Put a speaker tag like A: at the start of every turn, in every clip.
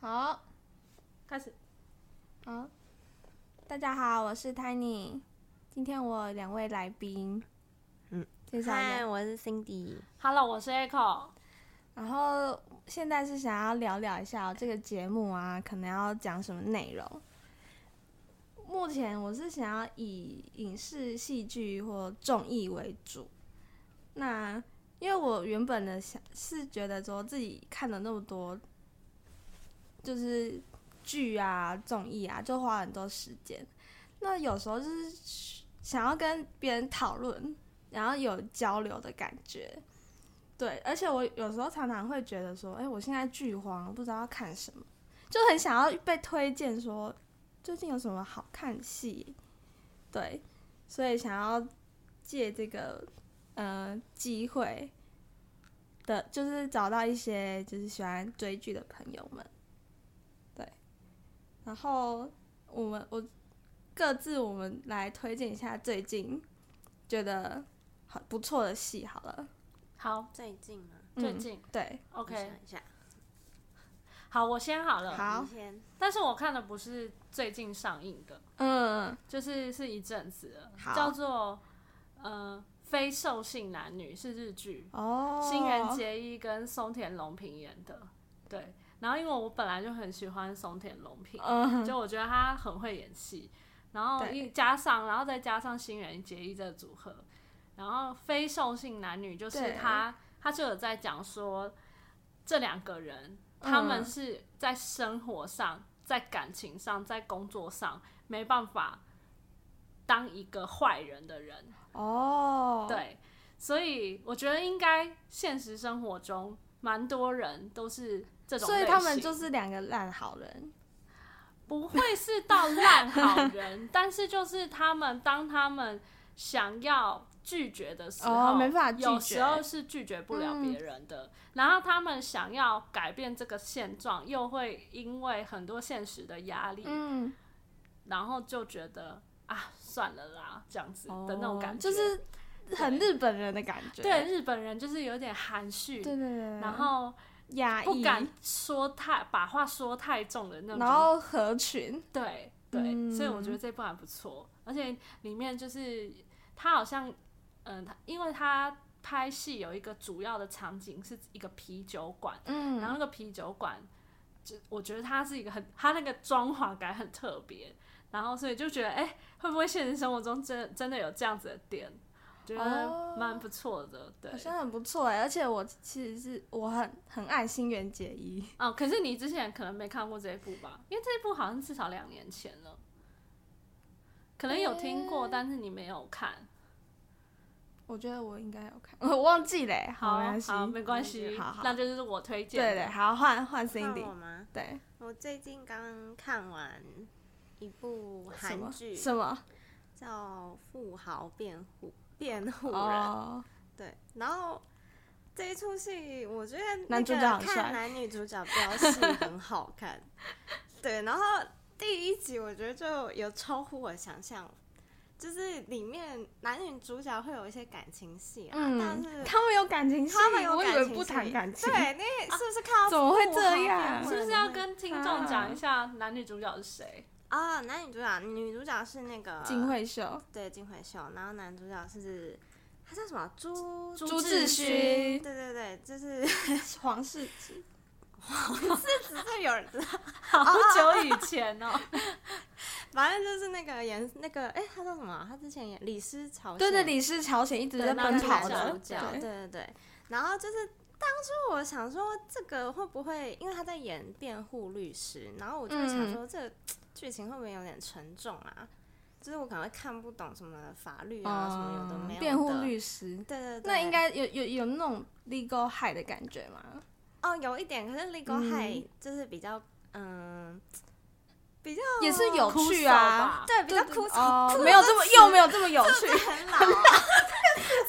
A: 好，
B: 开始。
A: 好，大家好，我是 Tiny，今天我有两位来宾，
C: 嗯，
A: 介绍一
C: 嗨，
A: 下。
C: 我是 Cindy。
B: Hello，我是 Echo。
A: 然后现在是想要聊聊一下、这个节目啊，可能要讲什么内容。目前我是想要以影视、戏剧或综艺为主。那因为我原本的想是觉得说自己看了那么多，就是剧啊、综艺啊，就花了很多时间。那有时候就是想要跟别人讨论，然后有交流的感觉。对，而且我有时候常常会觉得说，哎、我现在剧荒，不知道要看什么，就很想要被推荐说最近有什么好看的戏。对，所以想要借这个呃机会的，就是找到一些就是喜欢追剧的朋友们。对，然后我们我各自我们来推荐一下最近觉得好不错的戏好了。
B: 好，
C: 最近吗
B: 最
A: 嗯
B: 近
A: 对，
C: 我想
B: OK，
C: 一下，
B: 好，我先好了。
A: 好
C: 你先
B: 但是我看的不是最近上映的，
A: 嗯，
B: 就是是一阵子了，
A: 好
B: 叫做呃非兽性男女是日剧，
A: 哦，
B: 新垣结衣跟松田龙平演的。对，然后因为我本来就很喜欢松田龙平，
A: 嗯，
B: 就我觉得他很会演戏，然后
A: 对
B: 一加上，然后再加上新垣结衣这个组合，然后非兽性男女就是
A: 对
B: 他，他就有在讲说这两个人他们
A: 嗯
B: 是在生活上、在感情上、在工作上没办法当一个坏人的人，
A: 哦，，
B: 对，所以我觉得应该现实生活中蛮多人都是这种类
A: 所以
B: 型，
A: 他们就是两个烂好人，
B: 不会是到烂好人，但是就是他们当他们想要拒绝的时候，
A: 哦没办法拒绝嗯
B: 有时候是拒绝不了别人的。然后他们想要改变这个现状，又会因为很多现实的压力，
A: 嗯，
B: 然后就觉得啊，算了啦，这样子的那种感觉，
A: 哦就是很日本人的感觉，
B: 对日本人就是有点含蓄，
A: 对对对，
B: 然后
A: 压抑，
B: 不敢说太把话说太重的那种，
A: 然后合群，
B: 对对，
A: 嗯
B: 所以我觉得这部还不错，而且里面就是他好像，嗯，他因为他拍戏有一个主要的场景是一个啤酒馆，
A: 嗯，
B: 然后那个啤酒馆，就我觉得它是一个很，它那个装潢感很特别，然后所以就觉得，哎、会不会现实生活中真真的有这样子的店？觉
A: 哦
B: 得蛮不错的，对
A: 好，像很不错哎，而且我其实是我很很爱新垣结衣，
B: 哦，可是你之前可能没看过这一部吧？因为这一部好像至少两年前了，可能有听过，但是你没有看。
A: 我觉得我应该有看， 我忘记嘞，
B: 好
A: 啊没关系，
B: 好，没关系，
A: 好好
B: 那就是我推荐的。
A: 对对，好换换
C: 换我
A: Cindy，
C: 吗？
A: 对，
C: 我最近刚看完一部
A: 什
C: 韩
A: 么
C: 剧，
A: 什么
C: 叫《富豪辩护辩护人》。
A: 哦，
C: 对，然后这一出戏，我觉得那
A: 男主
C: 个
A: 角很帅
C: 看男女主角飙戏很 好看。对，然后第一集我觉得就有超乎我想象，就是里面男女主角会有一些感情戏啊，但
A: 嗯
C: 是，
A: 他们有感情戏，
C: 他们有
A: 我以
C: 感
A: 为
C: 情
A: 不谈
C: 戏
A: 感情，
C: 对，你是不是看到
A: 啊怎么会
C: 富
A: 这
C: 豪辩
A: 样
C: 护
B: 是不
C: 人
B: 是要
C: 会
B: 跟听众
A: 啊
B: 讲一下男女主角是谁？
C: 啊？男女主角，女主角是那个
A: 金惠 秀，
C: 对金惠秀，然后男主角是他叫什么朱
B: 朱
A: 朱
B: 志
A: 志
B: 勋
A: 勋
C: 对，对对，就是
A: 皇室之
C: 只是有人知道。
A: 哦
B: 好久以前哦，
C: 反正就是那个演那个，哎、他叫什么啊、他之前演李斯朝鲜，
A: 对对，李氏朝鲜一直
C: 对
A: 在
C: 那个
A: 奔跑
C: 男
A: 的
C: 主，角，对对对。然后就是当初我想说，这个会不会因为他在演辩护律师，然后我就会
A: 嗯
C: 想说，这个剧情会不会有点沉重啊？就是我可能会看不懂什么法律啊，什么有的没
A: 嗯哦
C: 有的。
A: 辩护，律师，
C: 对对对，
A: 那应该有有有那种 legal high 的感觉吗？
C: 哦有一点，可是 legal
A: 嗯
C: high 就是比较嗯比较
A: 也是有
B: 哭
A: 趣
B: 手
A: 啊
B: 吧，
C: 对比较枯燥，
A: 哦，没有这么又没有这么有趣，
C: 很老、 啊，可是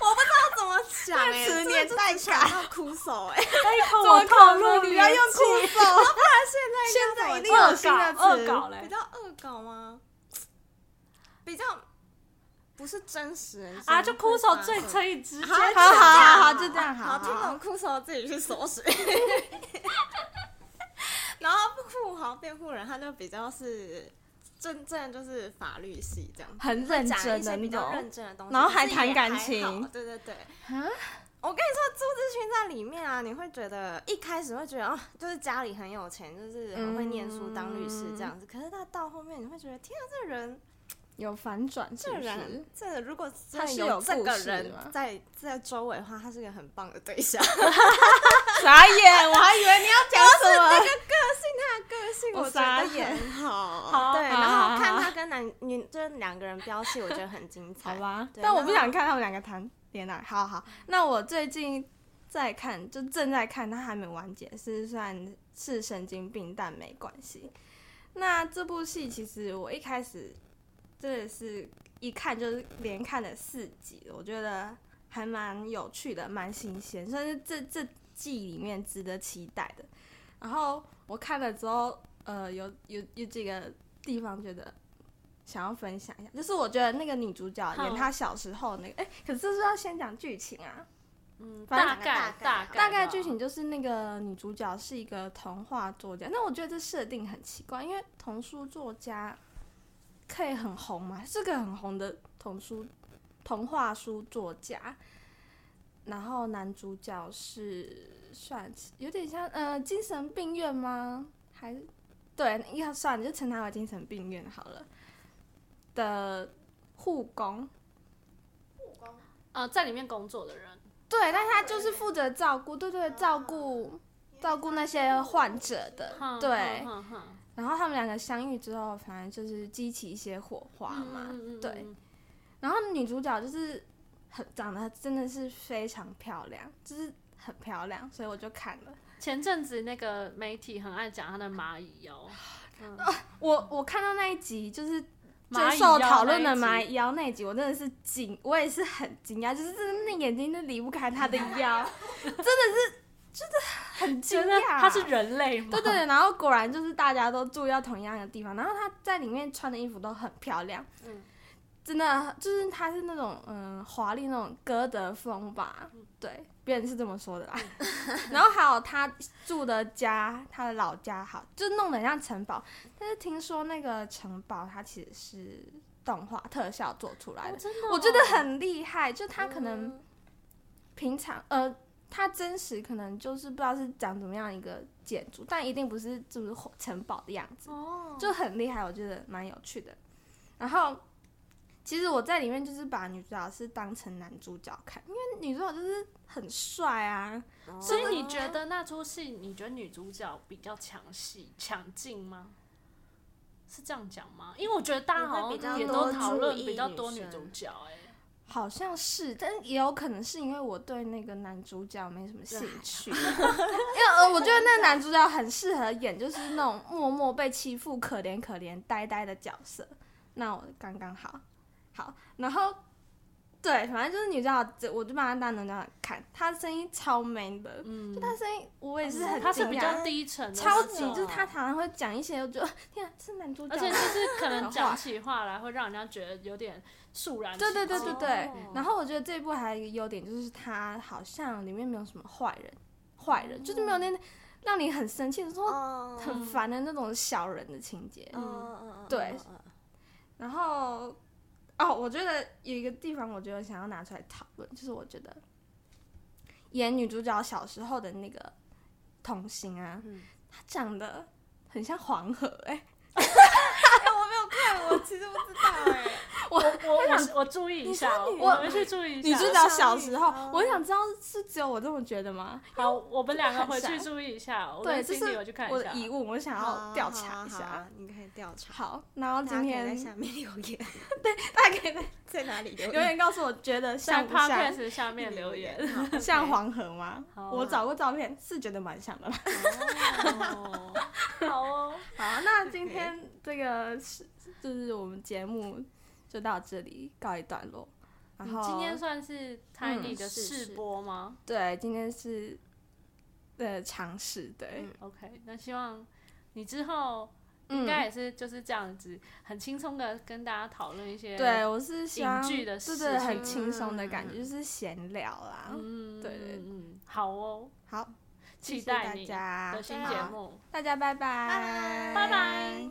C: 我不知道怎么讲哎、
A: 这个
C: 欸，
A: 词年代感
C: 要哭手哎、
B: 怎
A: 怎么考虑？你不要用
B: 用
A: 酷手，
C: 现在一定
A: 有
B: 恶
A: 新的
B: 搞恶
A: 词
B: 搞
C: 比
B: 嘞？
C: 较恶搞吗？比较不是真实人生
B: 啊，就哭手最
C: 会发生
B: 可以直接
C: 好
A: 好
C: 就这
A: 好
C: 样
A: 好好
C: 啊
A: 就这样好
C: 好，
A: 好
C: 听懂哭手自己去搜寻。好辩护人他就比较是真正就是法律系这样，
A: 很认
C: 讲
A: 真
C: 一
A: 的
C: 些比
A: 那
C: 较
A: 种
C: 认。真的东西，
A: 然后还
C: 可是
A: 谈
C: 也
A: 感
C: 还
A: 情
C: 好对对对。
A: 啊
C: 我跟你说，朱志勋在里面啊，你会觉得一开始会觉得哦，就是家里很有钱，就是很会念书当律师这样
A: 嗯
C: 子。可是他到后面，你会觉得天啊，这人
A: 有反转是
C: 这
A: 不
C: 人
A: 是？
C: 这如果真
A: 他
C: 的
A: 是有
C: 这
A: 故
C: 个
A: 事
C: 人
A: 吗
C: 在在周围的话，他是个很棒的对象。
A: 傻眼，我还以为你要 讲 什么。
C: 个性
A: 我
C: 我觉
A: 傻
C: 得
A: 眼
C: 很好，
B: 好
C: 对，
A: 好
C: 然
A: 好
C: 后看
A: 好
C: 他跟男女就是两个人飙戏，我觉得很精彩。
A: 好吧，
C: 对
A: 但我不
C: 那
A: 想看他们两个谈恋爱。好好，那我最近在看，就正在看，它还没完结，是算是神经病，但没关系。那这部戏其实我一开始真的是一看就是连看了四集，我觉得还蛮有趣的，蛮新鲜，算是这这季里面值得期待的。然后我看了之后，呃，有有有几个地方觉得想要分享一下，就是我觉得那个女主角演
B: 好
A: 她小时候那个，哎、可是这是要先讲剧情啊。
B: 嗯，
A: 反正
B: 大概
C: 大概
B: 概
A: 大概
B: 吧
A: 剧情就是那个女主角是一个童话作家，那我觉得这设定很奇怪，因为童书作家可以很红嘛，是个很红的童书童话书作家。然后男主角是算是有点像呃精神病院吗？还是对，要算了就称他为精神病院好了的护工。
B: 呃，在里面工作的人，
A: 对，但他就是负责照顾，对对，照顾照顾那些患者的
B: 哼，
A: 对。
B: 哼哼哼
A: 然后他们两个相遇之后，反正就是激起一些火花嘛，
B: 嗯嗯嗯
A: 对
B: 嗯。
A: 然后女主角就是很长得真的是非常漂亮，就是很漂亮，所以我就看了。
B: 前阵子那个媒体很爱讲他的蚂蚁腰， 嗯
A: 我我看到那一集就是最
B: 蚂蚁
A: 哦受
B: 腰
A: 讨论
B: 那
A: 的
B: 一
A: 蚂
B: 集
A: 蚁腰那一集，我真的是惊，我也是很惊讶，就是真的那眼睛都离不开她的腰， 真的是就是很惊
B: 觉得
A: 讶。
B: 他是人类吗？
A: 对对，对，然后果然就是大家都住到同样的地方，然后她在里面穿的衣服都很漂亮，
B: 嗯
A: 真的就是她是那种嗯华丽那种歌德风吧，对，别人是这么说的啦。 然后还有她住的家，她的老家好，就弄得很像城堡，但是听说那个城堡它其实是动画特效做出来
B: 哦，
A: 的，
B: 真的哦，
A: 我觉得很厉害，就她可能。
B: 嗯
A: 平常呃，它真实可能就是不知道是长怎么样一个建筑，但一定不是就是城堡的样子，
B: 哦，
A: 就很厉害，我觉得蛮有趣的。然后其实我在里面就是把女主角是当成男主角看，因为女主角就是很帅啊，
B: 所以
C: 哦
B: 你觉得那出戏，你觉得女主角比较抢戏、抢镜吗？是这样讲吗？因为我觉得大家好
C: 你会比较
B: 像也
A: 多
B: 都讨论
C: 注意
B: 比较
C: 女
B: 多女
C: 生
B: 主角、哎，
A: 好像是，但也有可能是因为我对那个男主角没什么兴
B: 啊
A: 趣，因为呃，我觉得那个男主角很适合演就是那种默默被欺负、可怜可怜、呆呆的角色，那我刚刚好，好，然后对，反正就是女主角，这我就把她当男主角看，她声音超 man 的，
B: 嗯，
A: 她声音我也是很
B: 她
A: 惊
B: 是比
A: 讶
B: 较低沉的那
A: 超
B: 种，
A: 级，就是她常常会讲一些，我觉得天啊，是男主角
B: 而
A: 吗，
B: 且就是 可能
A: 讲
B: 讲
A: 话
B: 起话来会让人家觉得有点肃然起
A: 对对
B: 敬。
A: 对对对。
B: 哦
A: 然后我觉得这部还有一个优点就是它好像里面没有什么坏人，坏人就是没有那让你很生气的说
C: 哦，嗯
A: 很烦的那种小人的情节。
C: 嗯嗯嗯，
A: 对
C: 嗯，嗯
A: 然后哦，我觉得有一个地方我觉得想要拿出来讨论，就是我觉得演女主角小时候的那个童星啊，
C: 嗯
A: 她长得很像黄河哎、
C: 哎，我没有看，我其实不 知道哎。
B: 我我我我注意一
A: 你
B: 下
A: 说
B: 哦，
A: 女
B: 我
A: 的
B: 回去注意一
A: 女
B: 下。
A: 主
C: 知
A: 角
C: 道
A: 小时候
C: 哦，
A: 我想知道是只有我这么觉得吗？
B: 好，我们两个回
A: 很
B: 去
A: 傻
B: 注意一下。哦我
A: 对
B: 跟
A: 这
B: Cindy
A: 是
B: 我去看
A: 我
B: 一
A: 的
B: 下。哦
A: 疑问，我想要
C: 好
A: 调
C: 好
A: 查
C: 啊
A: 一
C: 好
A: 下
C: 啊。你可以调查。
A: 好，然后
C: 大
A: 今
C: 家可以在
A: 天
C: 下面留言，
A: 大家可以在
C: 在哪里 留
A: 留
C: 言？
A: 言告诉我，觉得像
B: 在
A: 不像
B: Podcast 下面留言。
C: 好 ，OK，
A: 像黄河吗？
B: 好
A: 我
B: 啊
A: 找过照片，是觉得蛮像的啦。
B: 哦， 好哦，
A: 好啊，那今天这个是就是我们节目就到这里告一段落。 然后嗯
B: 今天算是 Tiny
C: 是
B: 的试
C: 是
B: 播吗
A: 对，今天是呃尝试对，
B: ？OK，那希望你之后
A: 嗯
B: 应该也是就是这样子，很轻松的跟大家讨论一些。
A: 对，我是希望
B: 影剧的
A: 对
B: 事
A: 对，
B: 情
A: 很轻松的感觉，
C: 嗯
A: 就是闲聊啦。
B: 嗯，
A: 对对
B: 嗯，好哦。
A: 好，
B: 谢
C: 期
B: 谢大
C: 待你
B: 家
C: 的新节目。
B: 大家拜
A: 拜
B: 拜，
A: 拜
C: 拜拜。